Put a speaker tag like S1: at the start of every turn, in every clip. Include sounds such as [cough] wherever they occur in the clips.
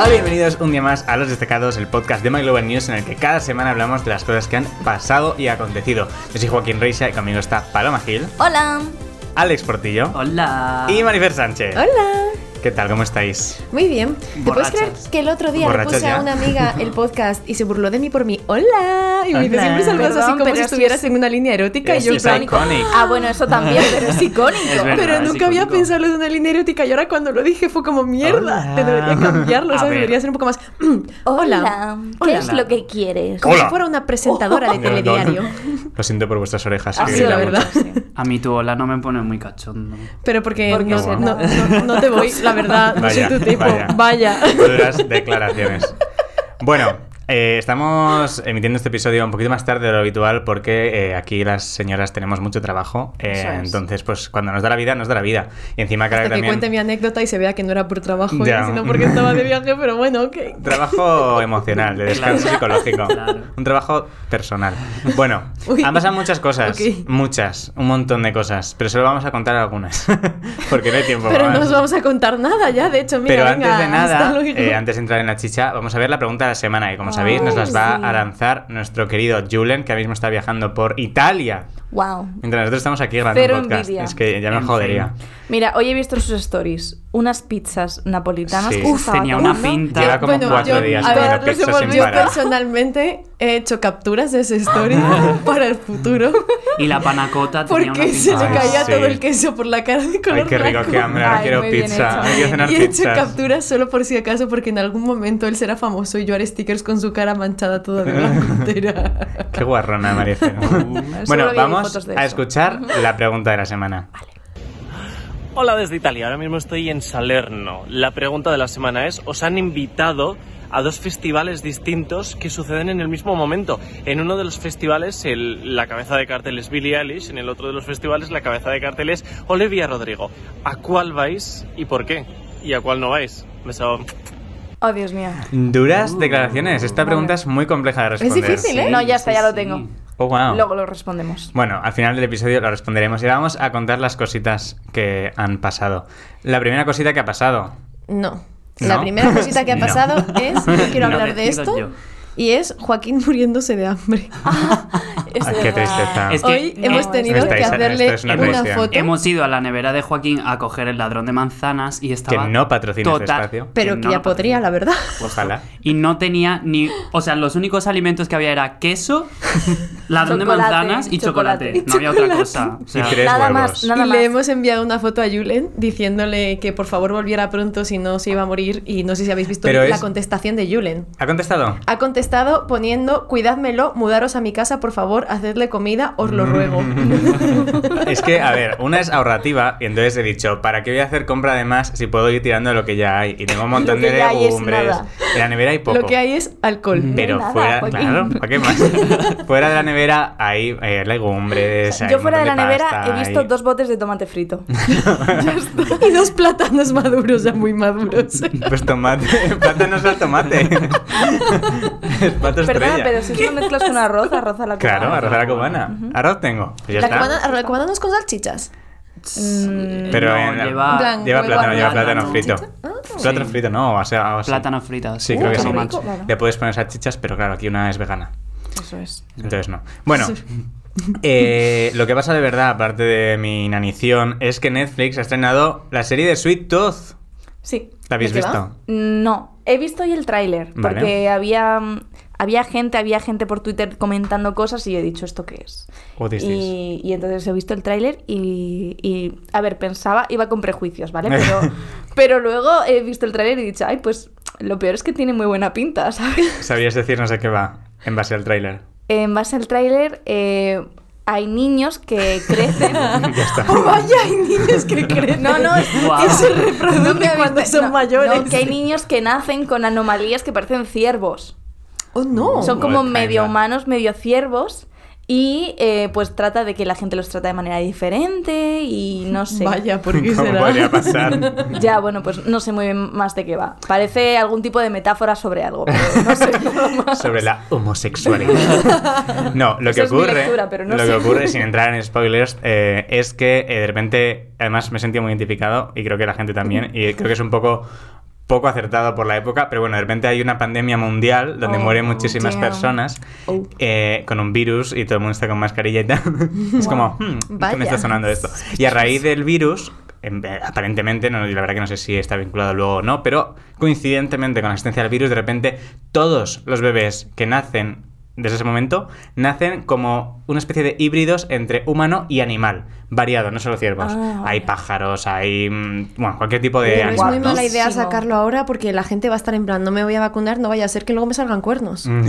S1: Hola, bienvenidos un día más a Los Destacados, el podcast de My Global News en el que cada semana hablamos de las cosas que han pasado y acontecido. Yo soy Joaquín Reisa y conmigo está Paloma Gil,
S2: Hola.
S1: Alex Portillo
S3: Hola.
S1: y Marifer Sánchez.
S2: Hola.
S1: ¿Qué tal? ¿Cómo estáis?
S2: Muy bien. ¿Te
S3: Borrachas.
S2: puedes creer que el otro día
S1: Borrachas
S2: le puse
S1: ya.
S2: a
S1: [laughs]
S2: una amiga el podcast y se burló de mí por mi hola? Y me dice,
S1: Hola.
S2: siempre saludas
S4: Perdón,
S2: así como
S4: pero
S2: si
S4: es-
S2: estuvieras en una línea erótica.
S1: Es
S2: y yo,
S1: que es icónico.
S4: Ah, bueno, eso también, pero es icónico.
S1: Es verdad.
S2: pero
S3: es
S2: nunca había
S3: icónico.
S2: pensado en una línea erótica y ahora cuando lo dije fue como, mierda,
S1: Hola.
S2: te debería cambiarlo,
S1: A
S2: ¿sabes?
S1: ver.
S2: Debería ser un poco más, "Mm,
S4: Hola.
S2: hola,
S4: ¿Qué es lo que quieres?
S2: Como
S1: Hola.
S2: si fuera una presentadora Ah, de
S1: No, no, no.
S2: telediario.
S1: Lo siento por vuestras orejas.
S2: Ha
S1: que
S2: sido la
S1: gritan
S2: verdad.
S1: mucho.
S3: A mí tu hola no me pone muy cachondo.
S2: Pero porque,
S4: Porque
S2: no,
S1: se
S2: no-
S4: nota.
S2: no- no te voy, la verdad, no soy
S1: Vaya,
S2: tu tipo.
S1: vaya.
S2: Vaya.
S1: Duras declaraciones. Bueno, eh, estamos emitiendo este episodio un poquito más tarde de lo habitual porque eh, aquí las señoras tenemos mucho trabajo. eh,
S2: Eso es.
S1: entonces, pues cuando nos da la vida, nos da la vida. Y encima, claro,
S2: Hasta que
S1: también.
S2: cuente mi anécdota y se vea que no era por trabajo,
S1: Ya.
S2: sino porque estaba de viaje, pero bueno, ok.
S1: Trabajo emocional, de descanso
S3: Claro.
S1: psicológico.
S3: Claro.
S1: Un trabajo personal. Bueno,
S2: Uy.
S1: han pasado muchas cosas.
S2: Ok.
S1: Muchas, un montón de cosas. Pero solo vamos a contar algunas. [laughs] porque no hay tiempo
S2: Pero
S1: más.
S2: no os vamos a contar nada ya, de hecho, mira,
S1: Pero
S2: venga,
S1: antes de
S2: hasta
S1: nada,
S2: luego.
S1: eh, antes de entrar en la chicha, vamos a ver la pregunta de la semana, que como
S4: Ay,
S1: sabéis nos las va
S4: sí.
S1: a lanzar nuestro querido Julen, que ahora mismo está viajando por Italia.
S4: Wow.
S1: Mientras nosotros estamos aquí grabando
S4: Cero
S1: un podcast.
S4: envidia.
S1: Es que ya
S3: En
S1: me
S3: fin.
S1: jodería.
S4: Mira, hoy he visto en sus stories unas pizzas napolitanas.
S1: Sí.
S4: que
S2: Ah,
S1: Uf,
S4: estaba
S3: tenía una
S4: comiendo.
S3: pinta.
S1: Lleva como
S2: bueno,
S1: cuatro
S2: yo,
S1: días
S2: a
S1: comiendo
S2: ver, no se
S1: pizza sin
S2: volvió. yo
S1: parar.
S2: personalmente he hecho capturas de esa
S1: [laughs]
S2: historia para el futuro,
S3: Y la panacota tenía una
S2: porque se le
S1: Ay,
S3: pinta.
S2: caía
S1: sí.
S2: todo el queso por la cara de color
S1: Ay, qué rico,
S2: blanco.
S1: qué hambre. Ahora
S4: Ay,
S1: quiero
S4: muy bien
S1: pizza.
S4: hecho. este
S1: Hay
S4: [laughs]
S1: que cenar
S2: Y he hecho
S1: pizzas.
S2: capturas solo por si acaso, porque en algún momento él será famoso y yo haré stickers con su cara manchada toda de blanco entera.
S1: Qué
S4: [laughs]
S1: guarrona, Marifer.
S4: Seguro
S1: bueno,
S4: que hay fotos
S1: vamos
S4: de
S1: a
S4: eso.
S1: escuchar la pregunta de la semana.
S5: Hola desde Italia, ahora mismo estoy en Salerno. La pregunta de la semana es, ¿os han invitado a dos festivales distintos que suceden en el mismo momento? En uno de los festivales el- la cabeza de cartel es Billie Eilish, en el otro de los festivales la cabeza de cartel es Olivia Rodrigo. ¿A cuál vais y por qué? ¿Y a cuál no vais? Beso.
S4: Oh, Dios mío.
S1: Duras declaraciones. Esta pregunta
S4: Uh. Vale.
S1: es muy compleja de responder.
S2: difícil, ¿eh?
S4: No, ya está, ya lo tengo.
S1: Oh, wow.
S4: Luego lo
S1: [laughs]
S4: respondemos.
S1: Bueno, al final del episodio lo responderemos y ahora vamos a contar las cositas que han pasado. La primera cosita que ha pasado.
S2: No. La
S1: ¿No?
S2: primera cosita que ha
S1: No.
S2: pasado es, yo quiero
S3: No,
S2: hablar de
S3: decido
S2: esto,
S3: yo.
S2: y es Joaquín muriéndose de hambre.
S4: Es
S1: Ay,
S4: de
S1: Ah, qué
S4: verdad.
S1: tristeza.
S3: Es que-
S2: Hoy
S4: no,
S2: hemos
S4: esto
S2: tenido
S4: es-
S2: que
S1: esto
S2: hacerle
S1: es una
S2: una,
S1: bestia.
S2: foto.
S3: Hemos ido a la nevera de Joaquín a coger el ladrón de manzanas y estaba.
S1: Que no patrocina este
S3: total-
S1: espacio.
S2: Pero que
S3: no
S2: ya
S3: lo
S2: podría, la verdad.
S1: Ojalá.
S3: Y no tenía ni. O sea, los únicos alimentos que había era
S2: [laughs]
S3: queso, ladrón de
S4: Chocolate,
S3: manzanas y chocolate.
S4: chocolate.
S3: No había otra cosa. O sea,
S1: Y tres
S4: Nada
S1: huevos.
S4: más, nada
S2: y
S4: más.
S2: le hemos enviado una foto a Julen diciéndole que por favor volviera pronto si no se iba a morir. Y no sé si habéis visto
S1: Pero
S2: la
S1: es-
S2: contestación de Julen.
S1: ¿Ha contestado?
S2: Ha contestado poniendo, cuidádmelo, mudaros a mi casa, por favor, hacedle comida, os lo
S1: [laughs]
S2: ruego.
S1: es que, a ver, una es ahorrativa y entonces he dicho, ¿para qué voy a hacer compra de más si puedo ir tirando de lo que ya hay? Y tengo un montón
S4: Lo que
S1: de
S4: ya hay es
S1: legumbres.
S4: nada.
S1: En la nevera hay poco. Mm.
S2: lo que hay es alcohol.
S1: Pero
S4: nada,
S1: fuera,
S4: Joaquín.
S1: claro, ¿para qué más?
S4: [laughs]
S1: fuera de la nevera hay eh, legumbres. hay
S4: Yo
S1: un
S4: fuera de la
S1: montón
S4: nevera
S1: pasta,
S4: he visto
S1: hay-
S4: dos botes de tomate
S1: [laughs]
S4: frito.
S2: [laughs] y dos plátanos maduros, ya muy maduros.
S1: Pues tomate, [laughs] plátano es al tomate. [laughs] es pato
S4: Perdona,
S1: estrella.
S4: pero si lo mezclas con arroz, arroz a la
S1: Claro,
S4: cubana.
S1: arroz a la cubana. Arroz tengo. Pues ya
S2: la
S1: está.
S2: cubana, la cubana no es con salchichas.
S3: mm,
S1: Pero
S3: no,
S1: en-
S3: lleva
S2: Blanco,
S1: Lleva
S2: Huevo
S1: plátano,
S2: al
S1: lleva
S3: plátano.
S1: plátano frito. Plátano
S3: Sí.
S1: frito, no, o sea, algo así.
S3: plátano frito.
S1: Sí, creo que
S4: qué
S1: sí.
S4: rico,
S3: macho.
S4: claro.
S1: Le puedes poner salchichas, pero claro, aquí una es vegana.
S4: Eso es.
S1: Entonces no. Bueno, [laughs] eh, lo que pasa de verdad, aparte de mi inanición, es que Netflix ha estrenado la serie de Sweet Tooth.
S4: Sí.
S1: ¿La habéis
S2: ¿De qué
S1: visto?
S2: va?
S4: No, he visto hoy el tráiler
S1: Vale.
S4: porque había mm, había gente, había gente por Twitter comentando cosas y yo he dicho esto qué es.
S1: What Oh, is
S4: Y, y entonces he visto el tráiler y, y, a ver, pensaba, iba con prejuicios, ¿vale?
S1: [laughs]
S4: Pero, pero luego he visto el tráiler y he dicho, ay, pues lo peor es que tiene muy buena pinta, [laughs] ¿sabes?
S1: ¿Sabrías decirnos de qué va en base al tráiler?
S4: En base al tráiler eh, hay niños que crecen.
S1: [laughs]
S4: [laughs]
S1: Ya está.
S2: Oh, vaya, hay niños que creen.
S4: No, no,
S2: [laughs]
S4: es-
S3: Guau.
S2: que se reproducen
S4: habéis-
S2: cuando son
S4: no,
S2: mayores.
S4: no, que hay niños que nacen con anomalías que parecen ciervos.
S2: Oh, no.
S4: Son
S1: Oh,
S4: como
S1: kinda.
S4: medio humanos, medio ciervos. Y eh, pues trata de que la gente los trata de manera diferente y no sé.
S2: Vaya,
S1: [laughs]
S2: ¿por qué
S1: ¿Cómo
S2: será?
S1: podría
S2: [laughs]
S1: pasar?
S4: [laughs]
S1: [laughs]
S4: Ya, bueno, pues no sé muy bien más de qué va. Parece algún tipo de metáfora sobre algo, pero no [laughs]
S2: [laughs]
S4: sé nada más.
S1: sobre la homosexualidad. No, lo que
S4: Esa es mi
S1: ocurre,
S4: lectura, pero no
S1: lo
S4: sé.
S1: que ocurre sin entrar en spoilers eh, es que eh, de repente, además me sentí muy identificado y creo que la gente también y creo que es un poco poco acertado por la época, pero bueno, de repente hay una pandemia mundial donde
S4: Oh,
S1: mueren muchísimas
S4: damn.
S1: personas
S4: Oh.
S1: eh, con un virus y todo el mundo está con mascarilla y tal. [laughs] es como, hmm, ¿qué
S2: Vaya.
S1: me está sonando esto? Y a raíz del virus, em, eh, aparentemente, no, la verdad que no sé si está vinculado luego o no, pero coincidentemente con la existencia del virus, de repente todos los bebés que nacen desde ese momento nacen como una especie de híbridos entre humano y animal, variado, no solo ciervos.
S4: Ah, vale.
S1: Hay pájaros, hay mm, bueno, cualquier tipo de
S2: Pero es
S1: animal.
S2: muy
S1: ¿no?
S2: mala idea
S4: Guapísimo.
S2: sacarlo ahora porque la gente va a estar en plan, no me voy a vacunar, no vaya a ser que luego me salgan cuernos.
S1: Mm.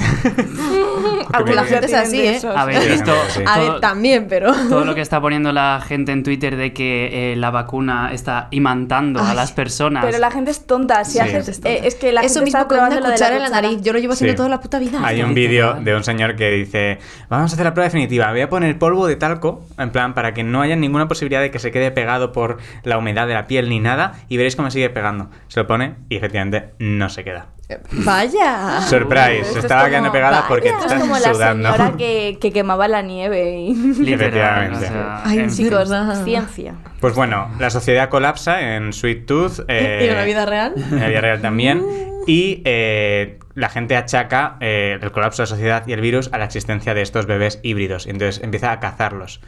S1: Porque
S2: la
S1: me-
S2: gente es así, ¿eh?
S3: Habéis
S1: Sí,
S3: visto
S1: sí.
S2: A ver,
S3: todo-
S2: también, [laughs] pero...
S3: todo lo que está poniendo la gente en Twitter de que eh, la vacuna está imantando a
S2: Ay,
S3: las personas.
S4: Pero la gente es tonta. Si
S1: Sí.
S4: haces-
S1: Gente
S2: es tonta.
S4: eh, es que la
S2: Eso
S4: gente
S2: mismo
S4: está
S2: con una
S4: probando lo de
S2: cuchara en la nariz. Yo lo llevo haciendo
S1: Sí.
S2: toda la puta vida.
S1: Hay un vídeo de un señor que dice, vamos a hacer la prueba definitiva, voy a poner polvo de talco, en plan, para que no haya ninguna posibilidad de que se quede pegado por la humedad de la piel ni nada, y veréis cómo sigue pegando. Se lo pone y efectivamente no se queda.
S2: Eh, Vaya.
S1: Surprise,
S4: Ah, Esto
S1: se
S4: es
S1: estaba
S4: como-
S1: quedando pegada
S2: vaya.
S1: porque te
S4: Esto es
S1: estás
S4: como
S1: sudando.
S4: la señora que, que quemaba la nieve
S2: [laughs]
S4: y...
S3: Literal,
S1: Efectivamente.
S3: o sea,
S2: Ay,
S3: en
S2: sí.
S3: fin.
S4: Chicos,
S2: verdad.
S4: ciencia.
S1: [laughs] Pues bueno, la sociedad colapsa en Sweet
S4: [laughs]
S1: Tooth. eh,
S2: ¿Y en la vida real?
S1: en la vida real también. Y eh, la gente achaca eh, el colapso de la sociedad y el virus a la existencia de estos bebés híbridos. Y entonces empieza a cazarlos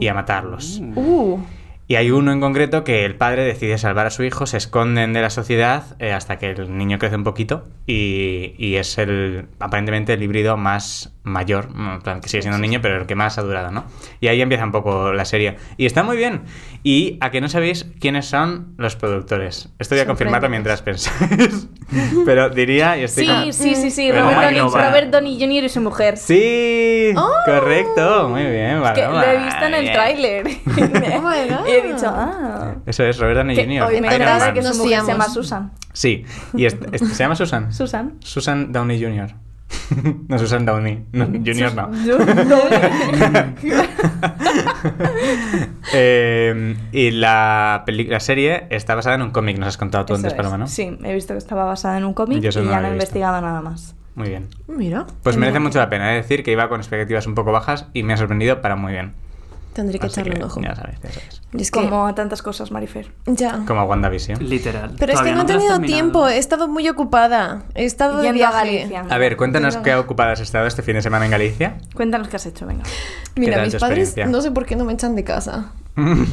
S1: y a matarlos.
S4: Uh,
S1: Y hay uno en concreto que el padre decide salvar a su hijo, se esconden de la sociedad eh, hasta que el niño crece un poquito y, y es el aparentemente el híbrido más mayor, mm, en plan que sigue siendo un niño, pero el que más ha durado, ¿no? Y ahí empieza un poco la serie. Y está muy bien. Y a que no sabéis quiénes son los productores. Esto voy a confirmarlo mientras pensáis. [laughs] pero diría y estoy como-
S4: sí, sí, sí, sí.
S1: Pero
S4: Robert
S1: Mike
S4: Downey,
S3: no va.
S4: Robert Downey Jr. y su mujer.
S1: Sí, correcto, muy bien,
S4: Oh. Es que lo
S1: Paloma,
S4: he visto en el
S1: bien. [laughs]
S4: tráiler. [laughs]
S2: Oh my God.
S4: y he dicho, ah...
S1: Eso es Robert Downey
S4: Que
S1: Jr.
S4: hoy me
S1: Iron
S4: enteraba
S1: Man.
S4: que su
S2: Nos
S4: mujer se llama
S2: fiamos.
S4: Susan.
S1: Sí, y es- es- se llama Susan.
S4: Susan.
S1: Susan Downey Jr. [laughs] no, Susan Downey. No, junior no. [laughs]
S2: [laughs]
S4: [laughs]
S1: Eh, y la, peli- la serie está basada en un cómic, nos has contado tú
S4: Eso
S1: antes,
S4: es.
S1: Paloma, ¿no?
S4: Sí, he visto que estaba basada en un cómic
S1: Yo
S4: y
S1: eso no lo
S4: ya no
S1: había
S4: he
S1: visto.
S4: investigado nada más.
S1: Muy bien.
S2: Mira.
S1: Pues merece
S2: tendré-
S1: mucho la pena he de decir que iba con expectativas un poco bajas y me ha sorprendido para muy bien.
S2: Tendré que
S1: Así
S2: echarle un ojo.
S1: Ah, eh, Ya sabes, ya sabes.
S2: Y Es que...
S4: Como a tantas cosas, Marifer.
S2: Ya.
S1: Como WandaVision.
S3: Literal.
S2: Pero es que
S3: Todavía
S2: no he
S3: te lo has
S2: tenido
S3: terminado.
S2: tiempo, he estado muy ocupada. He estado de
S4: Yendo a
S2: viaje.
S4: Galicia.
S1: A ver, cuéntanos
S2: Venga.
S1: qué ocupada has estado este fin de semana en Galicia.
S4: Cuéntanos qué has hecho, venga.
S1: ¿Qué
S2: Mira,
S1: tal
S2: mis
S1: tu
S2: padres
S1: experiencia?
S2: no sé por qué no me echan de casa.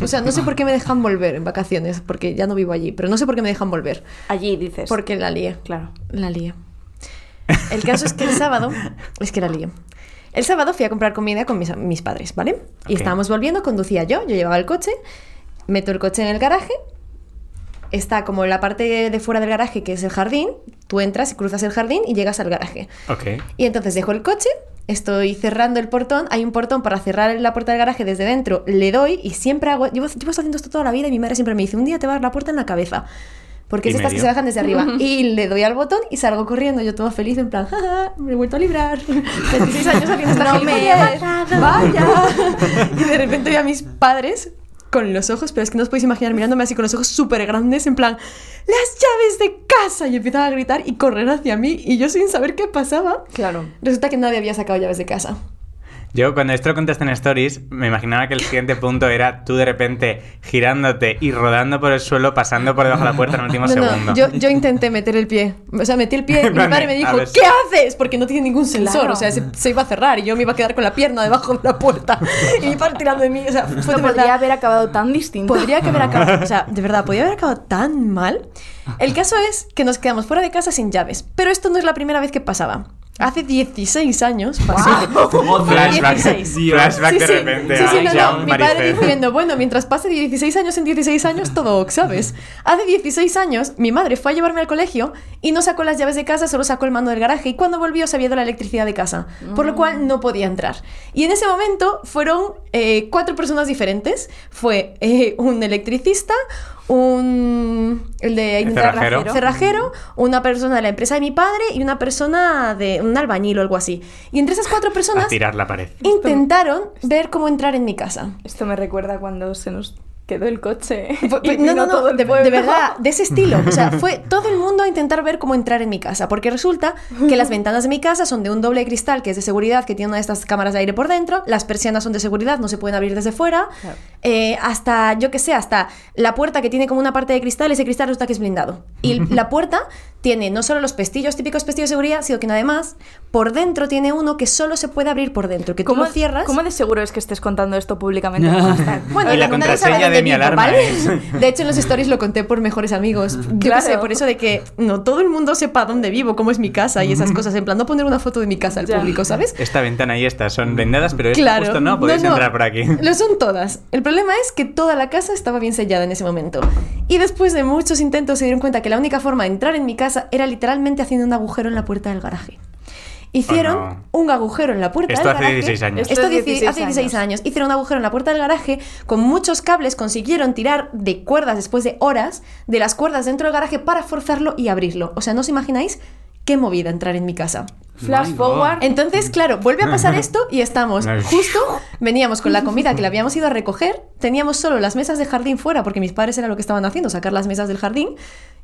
S2: O sea, no sé por qué me dejan volver en vacaciones, porque ya no vivo allí, pero no sé por qué me dejan volver.
S4: Allí dices.
S2: Porque la lié.
S4: Claro.
S2: La lié. El caso es que el sábado. Es que la lié. El sábado fui a comprar comida con mis, mis padres, ¿vale? Y
S1: Ok.
S2: estábamos volviendo, conducía yo, yo llevaba el coche, meto el coche en el garaje. Está como la parte de fuera del garaje, que es el jardín. Tú entras y cruzas el jardín y llegas al garaje.
S1: Ok.
S2: Y entonces dejo el coche, estoy cerrando el portón, hay un portón para cerrar la puerta del garaje desde dentro, le doy y siempre hago, llevo, llevo haciendo esto toda la vida y mi madre siempre me dice, un día te va a dar la puerta en la cabeza. Porque
S1: Y
S2: es estas que
S1: medio.
S2: se bajan
S4: [laughs]
S2: desde arriba. Y le doy al botón y salgo corriendo. Yo toda feliz, en plan, "Ja, ja, me he vuelto a librar. [laughs] 26 años haciendo esta
S4: No me
S2: gilipollez,
S4: he matado. [laughs]
S2: Vaya. Y de repente veo a mis padres con los ojos, pero es que no os podéis imaginar mirándome así con los ojos súper grandes, en plan, las llaves de casa. Y empiezan a gritar y correr hacia mí. Y yo sin saber qué pasaba,
S4: Claro.
S2: Resulta que nadie había sacado llaves de casa.
S1: Yo cuando esto lo contaste en stories, me imaginaba que el siguiente punto era tú de repente girándote y rodando por el suelo, pasando por debajo de la puerta en el último
S2: No,
S1: segundo.
S2: no, yo, yo intenté meter el pie. O sea, metí el pie
S1: [laughs]
S2: y mi
S1: Vale,
S2: padre me
S1: a
S2: dijo,
S1: ver.
S2: ¿qué haces? Porque no tiene ningún sensor.
S4: Claro.
S2: O sea, se, se iba a cerrar y yo me iba a quedar con la pierna debajo de la puerta. Y mi padre tirando de mí. O sea, fue de
S4: Esto
S2: verdad.
S4: podría haber acabado tan distinto.
S2: Podría
S1: [laughs]
S2: que haber acabado, o sea, de verdad, podría haber acabado tan mal. El caso es que nos quedamos fuera de casa sin llaves. Pero esto no es la primera vez que pasaba. Hace 16 años pasó.
S3: Joder.
S1: Flashback,
S2: 16.
S1: flashback de
S2: sí,
S1: repente.
S2: Sí, sí,
S1: a
S2: no,
S1: Jean
S2: no. Mi
S1: Marifel.
S2: padre diciendo, bueno, mientras pase 16 años en 16 años, todo ok, ¿sabes? Hace 16 años, mi madre fue a llevarme al colegio y no sacó las llaves de casa, solo sacó el mando del garaje y cuando volvió se había ido la electricidad de casa, por lo cual no podía entrar. Y en ese momento fueron eh, cuatro personas diferentes. Fue eh, un electricista, un... el de intentar
S1: cerrajero.
S2: rajero- cerrajero, una persona de la empresa de mi padre y una persona de un albañil o algo así. Y entre esas
S1: [laughs]
S2: cuatro
S1: A
S2: personas
S1: tirar la pared.
S2: intentaron ver cómo entrar en mi casa.
S4: Esto me recuerda cuando se nos quedó el coche.
S2: Fue-
S4: [laughs] y
S2: fue- no,
S4: vino
S2: no, no,
S4: todo el
S2: de, de
S4: pueblo.
S2: verdad, de ese estilo.
S4: [laughs]
S2: O sea, fue todo el mundo a intentar ver cómo entrar en mi casa, porque resulta que las ventanas de mi casa son de un doble cristal que es de seguridad, que tiene una de estas cámaras de aire por dentro, las persianas son de seguridad, no se pueden abrir desde fuera,
S4: Claro.
S2: eh, hasta, yo qué sé, hasta la puerta que tiene como una parte de cristal, ese cristal resulta que es blindado. Y la puerta tiene no solo los pestillos, típicos pestillos de seguridad, sino que además por dentro tiene uno que solo se puede abrir por dentro, que tú lo cierras.
S4: ¿Cómo de seguro es que estés contando esto públicamente?
S2: [laughs]
S4: Hashtag.
S2: Bueno,
S1: Y la
S2: alguna vez
S1: contraseña
S2: hablaré
S1: de mi
S2: Vito,
S1: alarma ¿eh?
S2: ¿vale?
S1: es-
S2: De hecho, en los stories lo conté por mejores amigos. Yo qué
S4: Claro.
S2: sé, por eso de que no todo el mundo sepa dónde vivo, cómo es mi casa y esas cosas. En plan, no poner una foto de mi casa al
S4: Ya.
S2: público, ¿sabes?
S1: Esta ventana y esta son vendadas, pero esta
S2: Claro.
S1: justo no, podéis
S2: No, no.
S1: entrar por aquí.
S2: Lo son todas. El problema es que toda la casa estaba bien sellada en ese momento. Y después de muchos intentos se dieron cuenta que la única forma de entrar en mi casa era literalmente haciendo un agujero en la puerta del garaje. Hicieron
S1: Oh, no.
S2: un agujero en la puerta
S1: Esto
S2: del
S1: hace
S2: garaje.
S1: 16 años.
S2: Esto,
S4: Esto es
S2: dieci- hace 16 años. Hicieron un agujero en la puerta del garaje con muchos cables. Consiguieron tirar de cuerdas después de horas de las cuerdas dentro del garaje para forzarlo y abrirlo. O sea, no os imagináis qué movida entrar en mi casa.
S4: Flash
S1: My
S4: forward.
S2: Entonces, claro, vuelve a pasar esto y estamos
S1: Nice.
S2: justo, veníamos con la comida que la habíamos ido a recoger, teníamos solo las mesas de jardín fuera, porque mis padres era lo que estaban haciendo, sacar las mesas del jardín,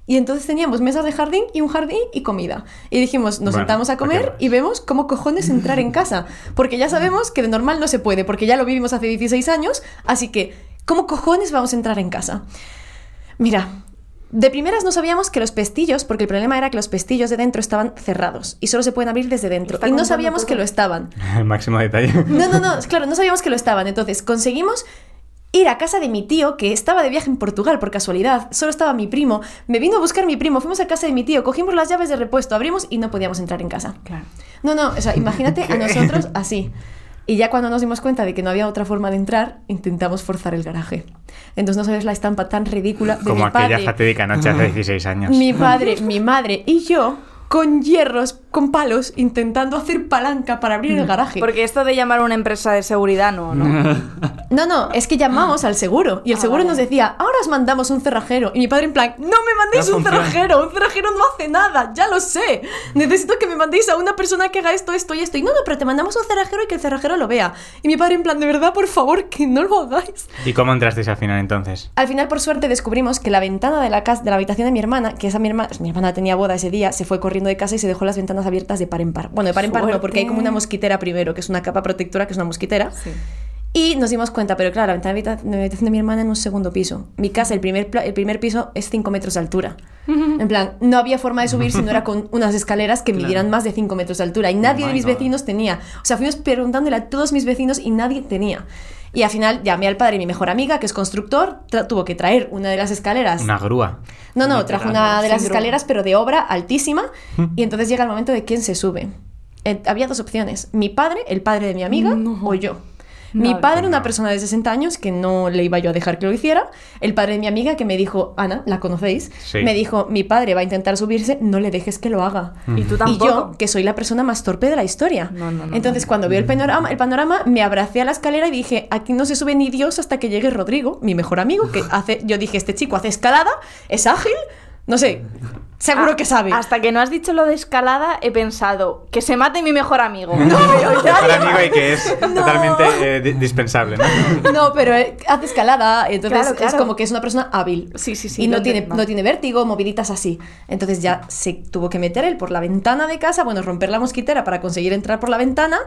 S2: y entonces teníamos mesas de jardín y un jardín y comida. Y dijimos, nos
S1: Bueno,
S2: sentamos a
S1: ¿para qué
S2: comer
S1: más?
S2: y vemos cómo cojones entrar en casa, porque ya sabemos que de normal no se puede, porque ya lo vivimos hace 16 años, así que, ¿cómo cojones vamos a entrar en casa? Mira, de primeras no sabíamos que los pestillos, porque el problema era que los pestillos de dentro estaban cerrados y solo se pueden abrir desde dentro.
S4: Está
S2: Y no
S4: contando
S2: sabíamos
S4: todo.
S2: que lo estaban.
S1: [laughs] El máximo detalle.
S2: No,
S4: [laughs]
S2: no, no, claro, no sabíamos que lo estaban. Entonces conseguimos ir a casa de mi tío, que estaba de viaje en Portugal por casualidad. Solo estaba mi primo. Me vino a buscar mi primo, fuimos a casa de mi tío, cogimos las llaves de repuesto, abrimos y no podíamos entrar en casa.
S4: Claro.
S2: No, no, o
S4: [laughs]
S2: sea, imagínate a nosotros así. Y ya cuando nos dimos cuenta de que no había otra forma de entrar, intentamos forzar el garaje. Entonces no sabes la estampa tan ridícula de
S1: Como
S2: mi padre.
S1: aquella fatídica noche hace 16 años.
S2: Mi padre, mi madre y yo con hierros, con palos, intentando hacer palanca para abrir el garaje.
S4: Mm. Porque esto de llamar a una empresa de seguridad no, no.
S2: [laughs] No, no, es que llamamos al seguro y el
S4: Ah,
S2: seguro
S4: vale.
S2: nos decía, ahora os mandamos un cerrajero. Y mi padre en plan, no me mandéis
S1: No
S2: un
S1: funciona.
S2: cerrajero, un cerrajero no hace nada, ya lo sé. Necesito que me mandéis a una persona que haga esto, esto y esto. Y no, no, pero te mandamos un cerrajero y que el cerrajero lo vea. Y mi padre en plan, de verdad, por favor, que no lo hagáis.
S1: ¿Y cómo entrasteis al final entonces?
S2: Al final, por suerte, descubrimos que la ventana de la, casa, de la habitación de mi hermana, que esa mi hermana, mi hermana tenía boda ese día, se fue corriendo de casa y se dejó las ventanas abiertas de par en par. Bueno, de par en par no,
S4: Fuerte.
S2: porque hay como una mosquitera primero, que es una capa protectora, que es una mosquitera.
S4: Sí.
S2: Y nos dimos cuenta, pero claro, la ventana de habita- de la habitación de mi hermana en un segundo piso. Mi casa, el primer, pla- el primer piso es 5 metros de altura. En plan, no había forma de subir si no
S1: [laughs]
S2: era con unas escaleras que midieran más de 5 metros de altura. Y nadie
S1: Oh my
S2: de mis
S1: God.
S2: vecinos tenía. O sea, fuimos preguntándole a todos mis vecinos y nadie tenía. Y al final llamé al padre de mi mejor amiga, que es constructor, tra- tuvo que traer una de las escaleras.
S1: Una grúa.
S2: No, no, trajo una de las
S4: Síndrome.
S2: escaleras, pero de obra altísima. Y entonces llega el momento de quién se sube. Eh, había dos opciones: mi padre, el padre de mi amiga, o yo. Mi
S4: Madre
S2: padre, una
S1: mía.
S2: persona de 60 años que no le iba yo a dejar que lo hiciera. El padre de mi amiga que me dijo, Ana, la conocéis,
S1: Sí.
S2: me dijo: Mi padre va a intentar subirse, no le dejes que lo haga.
S4: Y tú
S2: Y yo,
S4: tampoco.
S2: que soy la persona más torpe de la historia.
S4: No, no, Mm. no,
S2: Entonces, cuando veo el panorama, el panorama, me abracé a la escalera y dije, aquí no se sube ni Dios hasta que llegue Rodrigo, mi mejor amigo,
S4: [laughs]
S2: que hace, yo dije, este chico hace escalada, es ágil, no sé, seguro
S4: Ah,
S2: que sabe.
S4: Hasta que no has dicho lo de escalada, he pensado que se mate mi mejor
S2: [laughs]
S4: amigo.
S1: Mejor amigo y que es totalmente eh, di- dispensable, ¿no?
S2: [laughs] No, pero eh, hace escalada, entonces
S4: Claro, claro.
S2: es como que es una persona hábil.
S4: Sí, sí, sí,
S2: Y no
S4: lo
S2: tiene,
S4: entiendo.
S2: no tiene vértigo, moviditas así. Entonces ya se tuvo que meter él por la ventana de casa, bueno, romper la mosquitera para conseguir entrar por la ventana,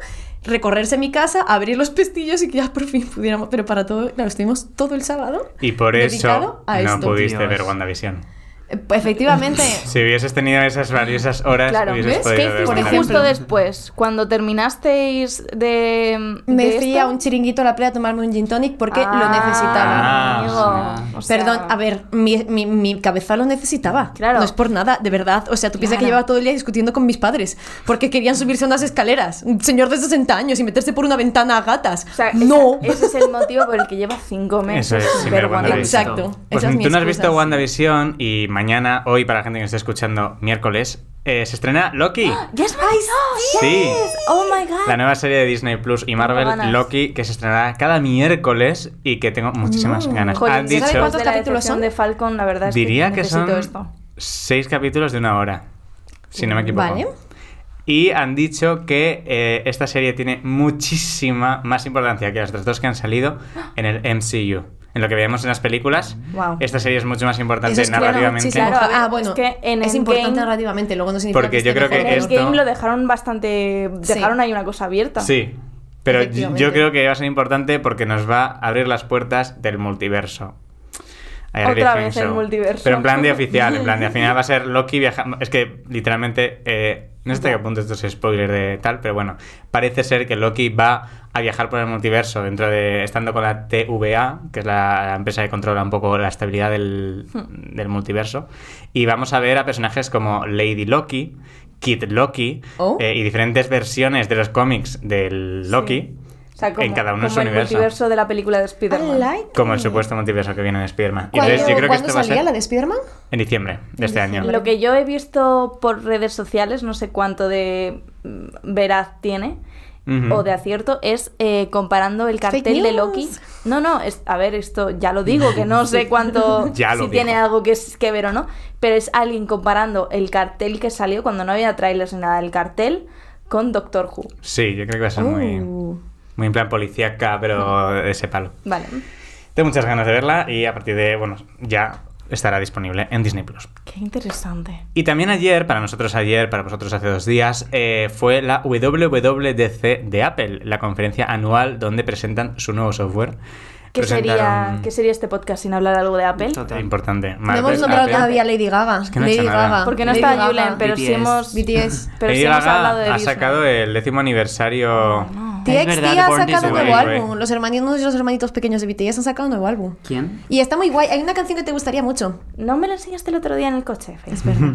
S2: recorrerse mi casa, abrir los pestillos y que ya por fin pudiéramos. Pero para todo, claro, estuvimos todo el sábado.
S1: Y por eso
S2: dedicado a
S1: no
S2: esto.
S1: pudiste
S3: Dios.
S1: ver WandaVision.
S2: Eh, Efectivamente.
S1: Si hubieses tenido esas valiosas horas,
S4: Claro,
S1: hubieses
S2: ¿ves?
S1: podido
S2: ¿Qué
S1: ver
S2: hiciste
S4: Porque
S2: Por
S1: WandaVision.
S4: justo
S2: ejemplo.
S4: después, cuando terminasteis de. de
S2: [laughs] Me
S4: esto-
S2: fui a un chiringuito a la playa a tomarme un gin tonic porque lo
S4: Ah,
S2: necesitaba.
S1: Ah,
S4: amigo.
S1: sí.
S4: O sea-
S2: Perdón, a ver, mi, mi- mi cabeza lo necesitaba.
S4: Claro.
S2: No es por nada, de verdad. O sea, tú piensas que
S4: Claro.
S2: llevaba todo el día discutiendo con mis padres porque querían subirse a unas escaleras. Un señor de 60 años y meterse por una ventana a gatas.
S4: O sea, ese-
S2: no.
S4: Ese es el motivo por el que lleva cinco meses.
S1: Eso es, sin
S4: ver
S1: vergüenza.
S4: WandaVision.
S2: Exacto.
S1: Pues
S2: Esa es mi
S1: tú no has
S2: excusa.
S1: visto WandaVision y mañana, hoy, para la gente que nos esté escuchando, miércoles, eh, se estrena
S2: [gasps]
S1: Loki.
S4: ¡Ya es
S1: Sí.
S4: ¡Oh my god!
S1: La nueva serie de Disney Plus y
S4: ganas.
S1: Marvel, Loki, que se estrenará cada miércoles y que tengo muchísimas
S2: Mm.
S1: ganas.
S4: Joder,
S1: Han
S4: ¿sabes
S1: dicho,
S4: cuántos
S2: De la
S4: capítulos
S2: decepción
S4: son de Falcon? La verdad es
S1: diría
S4: que,
S1: que
S4: necesito
S1: son
S4: esto.
S1: seis capítulos de una hora, si no me equivoco.
S2: Vale.
S1: Y han dicho que eh, esta serie tiene muchísima más importancia que las otras dos que han salido en el MCU. en lo que veíamos en las películas.
S4: Wow.
S1: Esta serie es mucho más importante
S2: es claro,
S1: narrativamente.
S2: sí, claro.
S4: Claro, a
S2: Ah,
S4: ver,
S2: bueno,
S4: es que en
S2: es
S4: Endgame-
S2: importante narrativamente, luego no significa
S1: Porque
S2: que
S1: yo
S2: esté
S1: creo que
S2: mejor
S4: el
S1: esto-
S4: game lo dejaron bastante. Dejaron ahí una cosa abierta.
S1: Sí. Pero yo
S2: Efectivamente.
S1: yo creo que va a ser importante porque nos va a abrir las puertas del multiverso. I
S4: Otra
S1: really think
S4: vez el multiverso.
S1: Pero en plan
S4: [laughs]
S1: de oficial, en plan de al final va a ser Loki viajando. Es que literalmente, eh, no sé hasta qué punto esto es spoiler de tal, pero bueno, parece ser que Loki va a viajar por el multiverso dentro de estando con la TVA, que es la, la empresa que controla un poco la estabilidad del,
S2: Hmm.
S1: del multiverso. Y vamos a ver a personajes como Lady Loki, Kid Loki
S2: Oh.
S1: eh, y diferentes versiones de los cómics del Loki.
S4: O sea, como,
S1: en cada uno de
S4: como
S1: su
S4: el
S1: universo.
S4: multiverso de la película de
S2: I
S4: Spider-Man.
S2: like
S1: Como el supuesto multiverso que viene en Spider-Man. Y
S2: Mm. ¿Cuándo-
S1: entonces yo creo que
S2: cuándo
S1: esto va a
S2: salía
S1: ser
S2: la de Spiderman?
S1: en diciembre de este año.
S4: Lo que yo he visto por redes sociales, no sé cuánto de mm, veraz tiene
S1: Ujú.
S4: o de acierto, es eh, comparando el
S2: Fake
S4: cartel de
S2: news.
S4: Loki. No, no, es, a ver, esto ya lo digo, que
S1: [laughs]
S4: no sé cuánto,
S1: Ya lo
S4: si tiene
S1: dijo.
S4: algo que, es- que ver o no, pero es alguien comparando el cartel que salió cuando no había trailers ni nada, el cartel con Doctor Who.
S1: Sí, yo creo que va a ser muy,
S4: Uh,
S1: muy en plan policíaca, pero de ese palo.
S4: Vale.
S1: Tengo muchas ganas de verla y a partir de, bueno, ya estará disponible en Disney Plus.
S4: Qué interesante.
S1: Y también ayer, para nosotros ayer, para vosotros hace dos días, eh, fue la WWDC de Apple, la conferencia anual donde presentan su nuevo software.
S4: ¿Qué sería,
S1: Presentaron-
S4: ¿Qué sería este podcast sin hablar algo de Apple?
S3: Total.
S1: Importante.
S2: No
S1: Marvel,
S2: hemos nombrado
S1: Apple.
S2: todavía a Lady Gaga.
S1: Es que no ha
S2: Lady
S1: hecho nada.
S2: Gaga.
S4: Porque no
S2: Lady
S4: está
S2: Gaga.
S4: Julen, pero sí
S3: BTS.
S4: hemos...
S2: BTS.
S4: [laughs] Pero
S1: Lady
S4: sí hemos
S1: Gaga
S4: hablado de
S1: ha
S4: Disney. Ah,
S1: sacado el décimo aniversario.
S2: TXT
S3: verdad,
S2: ha
S3: Born This
S2: sacado un
S1: Way.
S2: nuevo
S1: Way.
S2: álbum. Los hermanitos y los hermanitos pequeños de BTS han sacado un nuevo álbum.
S3: ¿Quién?
S2: Y está muy guay. Hay una canción que te
S3: [laughs]
S2: gustaría mucho.
S4: No me lo enseñaste el otro día en el coche, Fe, es verdad.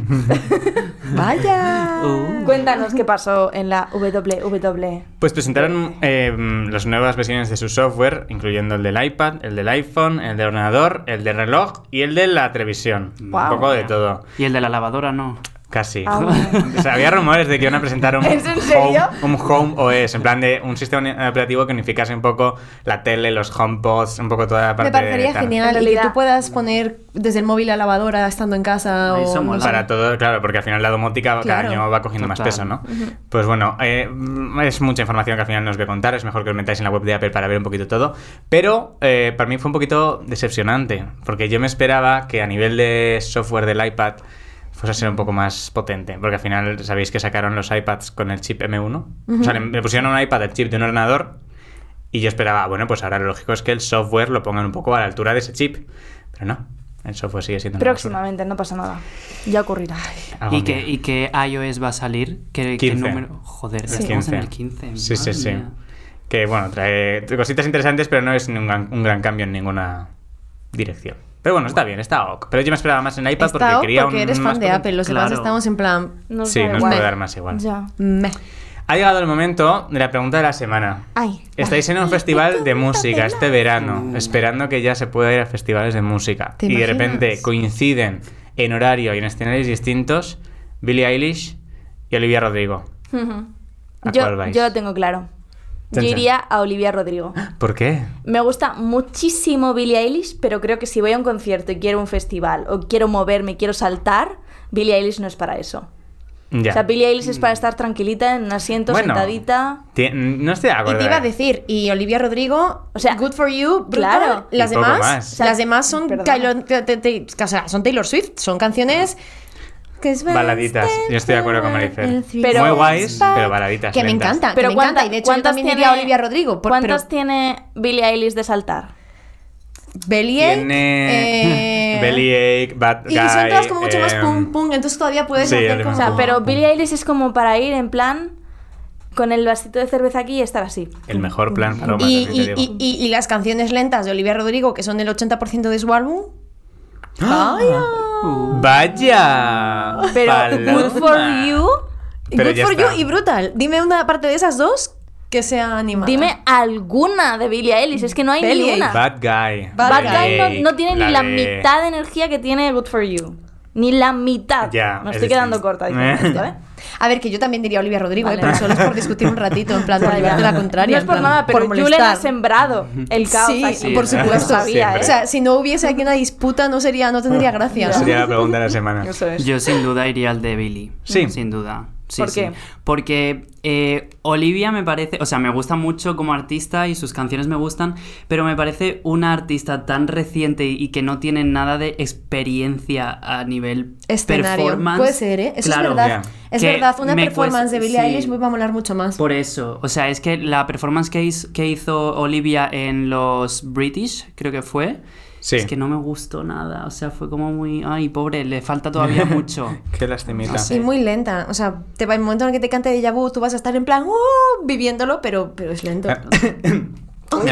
S2: Vaya.
S3: Uh.
S4: Cuéntanos qué pasó en la E. WW.
S1: Pues presentaron eh, las nuevas versiones de su software, incluyendo el del iPad, el del iPhone, el del ordenador, el del reloj y el de la televisión. Un
S4: Guau.
S1: poco de todo,
S3: Y el de la
S1: [laughs]
S3: lavadora no.
S1: casi.
S4: Ah,
S1: O sea, había rumores de que iban a presentar
S4: [laughs]
S1: un,
S4: ¿Es en serio?
S1: Home, un Home OS, en plan de un sistema operativo que unificase un poco la tele, los HomePods, un poco toda la parte
S2: Me parecería
S1: tal.
S2: genial.
S4: En
S2: Y que
S4: realidad-
S2: tú puedas poner desde el móvil a la lavadora estando en casa.
S3: Ahí
S2: o
S3: somos.
S2: no sé.
S1: Para todo, claro, porque al final la domótica
S2: Claro.
S1: cada año va cogiendo más
S3: Total.
S1: peso, ¿no? Pues bueno, eh, es mucha información que al final no os voy a contar, es mejor que os metáis en la web de Apple para ver un poquito todo, pero eh, para mí fue un poquito decepcionante, porque yo me esperaba que a nivel de software del iPad fuese a ser un poco más potente, porque al final sabéis que sacaron los iPads con el chip M1, o sea, le, le pusieron a un iPad el chip de un ordenador y yo esperaba, bueno, pues ahora lo lógico es que el software lo pongan un poco a la altura de ese chip, pero no, el software sigue siendo... una basura.
S4: Próximamente, no pasa nada. Ya ocurrirá.
S1: Algún
S3: ¿Y que,
S1: día.
S3: ¿Y que iOS va a salir? ¿Qué, qué
S1: 15.
S3: número? Joder,
S1: El
S3: estamos
S1: 15.
S3: en el 15.
S1: Sí, sí,
S3: madre
S1: sí.
S3: mía.
S1: Que bueno, trae cositas interesantes, pero no es un gran, un gran cambio en ninguna dirección. Pero bueno, está bien, está ok. Pero yo me esperaba más en iPad
S2: Está
S1: porque
S2: ok
S1: quería
S2: porque
S1: un.
S2: eres
S1: más
S2: fan de
S1: potente.
S2: Apple. Los
S3: Claro.
S2: demás estamos en plan.
S4: Nos
S1: Sí,
S4: da
S1: nos
S4: igual.
S1: puede dar más igual.
S4: Ya.
S2: meh.
S1: Ha llegado el momento de la pregunta de la semana.
S4: Ay,
S1: Estáis en un festival de música este verano,
S3: Mm.
S1: esperando que ya se pueda ir a festivales de música.
S2: ¿Te
S1: Y de
S2: imaginas?
S1: repente coinciden en horario y en escenarios distintos Billie Eilish y Olivia Rodrigo.
S4: Ujú.
S1: ¿A cuál
S4: Yo,
S1: vais?
S4: yo lo tengo claro. Yo
S1: Chan, chan.
S4: iría a Olivia Rodrigo.
S1: ¿Por qué?
S4: Me gusta muchísimo Billie Eilish, pero creo que si voy a un concierto y quiero un festival o quiero moverme, quiero saltar, Billie Eilish no es para eso.
S1: Ya. Mm.
S4: O sea, Billie Eilish es para estar tranquilita en un asiento,
S1: Bueno,
S4: sentadita.
S1: ti- No estoy de
S2: Y
S1: acuerdo.
S2: te iba a
S1: eh.
S2: decir, y Olivia Rodrigo,
S4: O sea,
S2: Good for You, brutal.
S4: claro.
S2: Las
S1: Y poco
S2: demás,
S1: más.
S2: las demás son,
S4: Perdona.
S2: Taylor, te- te- te- o sea, son Taylor Swift, son canciones que es
S1: Baladitas. Yo estoy de acuerdo con Maricel.
S4: Pero-
S1: Muy guays, pero baladitas.
S2: Que me
S1: lentas.
S2: encanta, Ah, que me
S4: cuánta-
S2: encanta. Y de hecho, yo
S4: ¿cuántas
S2: también diría
S4: tiene-
S2: Olivia Rodrigo. Por, pero
S4: ¿Cuántas tiene Billie Eilish de saltar?
S2: Belly
S1: Tiene [laughs] Bellyache, Bad Guy.
S2: eh, Y son todas como mucho más
S1: em,
S2: pum pum, entonces todavía puedes
S1: sí,
S2: hacer
S1: es
S2: como...
S4: O sea,
S1: Ah,
S4: pero
S1: pum.
S4: Billie Eilish es como para ir en plan con el vasito de cerveza aquí y estar así.
S1: El mejor plan para Omar,
S2: Y,
S1: también te
S2: y-
S1: digo.
S2: y- y- y las canciones lentas de Olivia Rodrigo, que son el 80% de su álbum.
S1: ¡Ah!
S2: ¡Vaya!
S3: Uh.
S1: ¡Vaya!
S4: Pero
S1: Paloma.
S4: Good for You,
S1: Pero
S2: Good
S1: ya
S2: for
S1: está.
S2: You y Brutal. Dime una parte de esas dos que sea animada.
S4: dime alguna de Billie Eilish, es que no hay
S2: Billie
S4: ni una.
S1: Bad Guy.
S2: Bad
S4: Bad
S2: Guy
S4: Guy no, no tiene ni la
S1: de-
S4: mitad de energía que tiene Good for You. Ni la mitad.
S1: Ya,
S4: Me
S1: es
S4: estoy quedando
S1: distinto.
S4: corta diciendo esto, ¿eh?
S2: A ver, que yo también diría Olivia Rodrigo,
S4: Vale.
S2: eh, pero solo es [laughs] por discutir un ratito, en plan, para
S4: Ya,
S2: llevarte
S4: ya.
S2: la
S4: No
S2: contraria.
S4: es
S2: en
S4: por
S2: plan,
S4: nada, pero
S2: por
S4: Julen ha
S2: molestar.
S4: sembrado el caos
S2: Sí,
S4: aquí.
S2: por
S1: Sí,
S2: supuesto.
S4: Lo sabía, ¿eh?
S2: O sea, si no hubiese aquí una disputa, no sería, no tendría gracia.
S4: [laughs]
S1: Sería la pregunta de la semana.
S4: Eso es.
S3: Yo sin duda iría al de Billy.
S1: Sí.
S3: Sin duda. Sí,
S4: ¿Por
S3: sí.
S4: qué?
S3: Porque eh, Olivia me parece, o sea, me gusta mucho como artista y sus canciones me gustan, pero me parece una artista tan reciente y que no tiene nada de experiencia a nivel
S2: Escenario.
S3: performance.
S2: Puede ser, ¿eh? Eso
S3: Claro.
S2: es verdad.
S1: ya.
S2: Es
S3: Que
S2: verdad, una
S3: me
S2: performance
S3: cuesta-
S2: de Billie
S3: sí.
S2: Eilish me va a molar mucho más.
S3: Por eso, o sea, es que la performance que, hiz- que hizo Olivia en los British, creo que fue,
S1: Sí.
S3: es que no me gustó nada, o sea, fue como muy, ay, pobre, le
S1: [laughs]
S3: falta todavía mucho.
S1: Qué lastimita.
S3: No
S2: Y
S1: [coughs]
S3: sé.
S2: muy lenta. O sea, te va el momento en el que te cante de Vu, tú vas a estar en plan, ¡uh! viviéndolo, pero, pero es
S1: Ah.
S2: lento.
S1: Me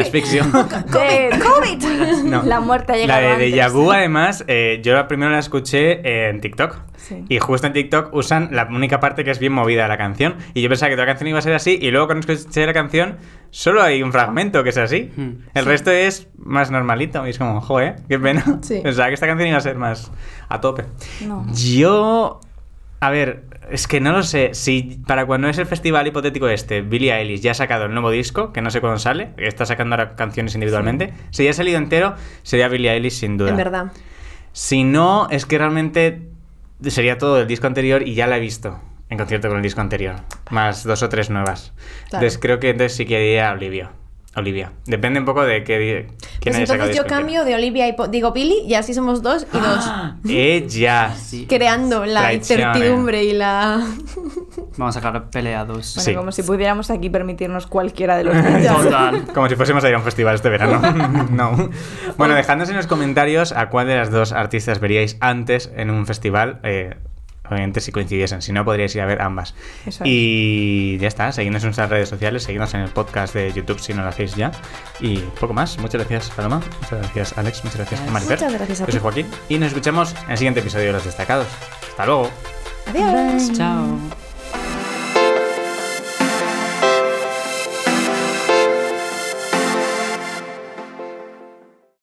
S4: [laughs]
S1: asfixio.
S2: Eh,
S4: De-
S2: ¡COVID!
S1: No.
S4: La muerte ha
S1: La
S4: llegado
S1: de
S4: antes.
S1: Deja Vu, además, eh, yo la primero la escuché en TikTok. [laughs]
S4: Sí.
S1: Y justo en TikTok usan la única parte que es bien movida de la canción. Y yo pensaba que toda la canción iba a ser así. Y luego cuando escuché la canción, solo hay un fragmento que es así.
S3: Hmm.
S1: El resto es más normalito. Y es como, joder, qué pena.
S2: Sí.
S1: [laughs] Pensaba que esta canción iba a ser más a tope.
S4: No.
S1: Yo. A ver, es que no lo sé. Si para cuando es el festival hipotético este, Billie Eilish ya ha sacado el nuevo disco, que no sé cuándo sale, que está sacando ahora canciones individualmente. Si ya ha salido entero, sería Billie Eilish sin duda.
S2: en verdad.
S1: Si no, es que realmente sería todo del disco anterior y ya la he visto en concierto con el disco anterior. Más dos o tres nuevas.
S2: Claro.
S1: Entonces creo que entonces sí que iría Olivia. Olivia. Depende un poco de qué di- quién
S2: Pues
S1: haya sacado
S2: entonces yo
S1: disco entero.
S2: cambio de Olivia y po- digo Billy y así somos dos y dos.
S1: Ella.
S3: Sí.
S2: creando la
S1: Traiciones.
S2: incertidumbre y la...
S3: Vamos a acabar peleados.
S4: Bueno,
S1: Sí.
S4: como si pudiéramos aquí permitirnos cualquiera
S1: [laughs]
S4: de los dos.
S3: Total.
S1: Como si fuésemos a ir a un festival este
S2: [laughs]
S1: verano. no. Bueno, dejadnos en los comentarios a cuál de las dos artistas veríais antes en un festival. eh, obviamente si coincidiesen. Si no, podríais ir a ver ambas.
S4: Eso
S1: Y ya está. Seguidnos en nuestras redes sociales. Seguidnos en el podcast de YouTube si no lo hacéis ya. Y poco más. Muchas gracias, Paloma. Muchas gracias, Alex. Muchas gracias, Maripel.
S2: Pues Muchas gracias a
S1: Yo soy
S2: ti. [laughs]
S1: Joaquín. Y nos escuchamos en el siguiente episodio de Los Destacados. Hasta luego.
S2: Adiós.
S3: Chao.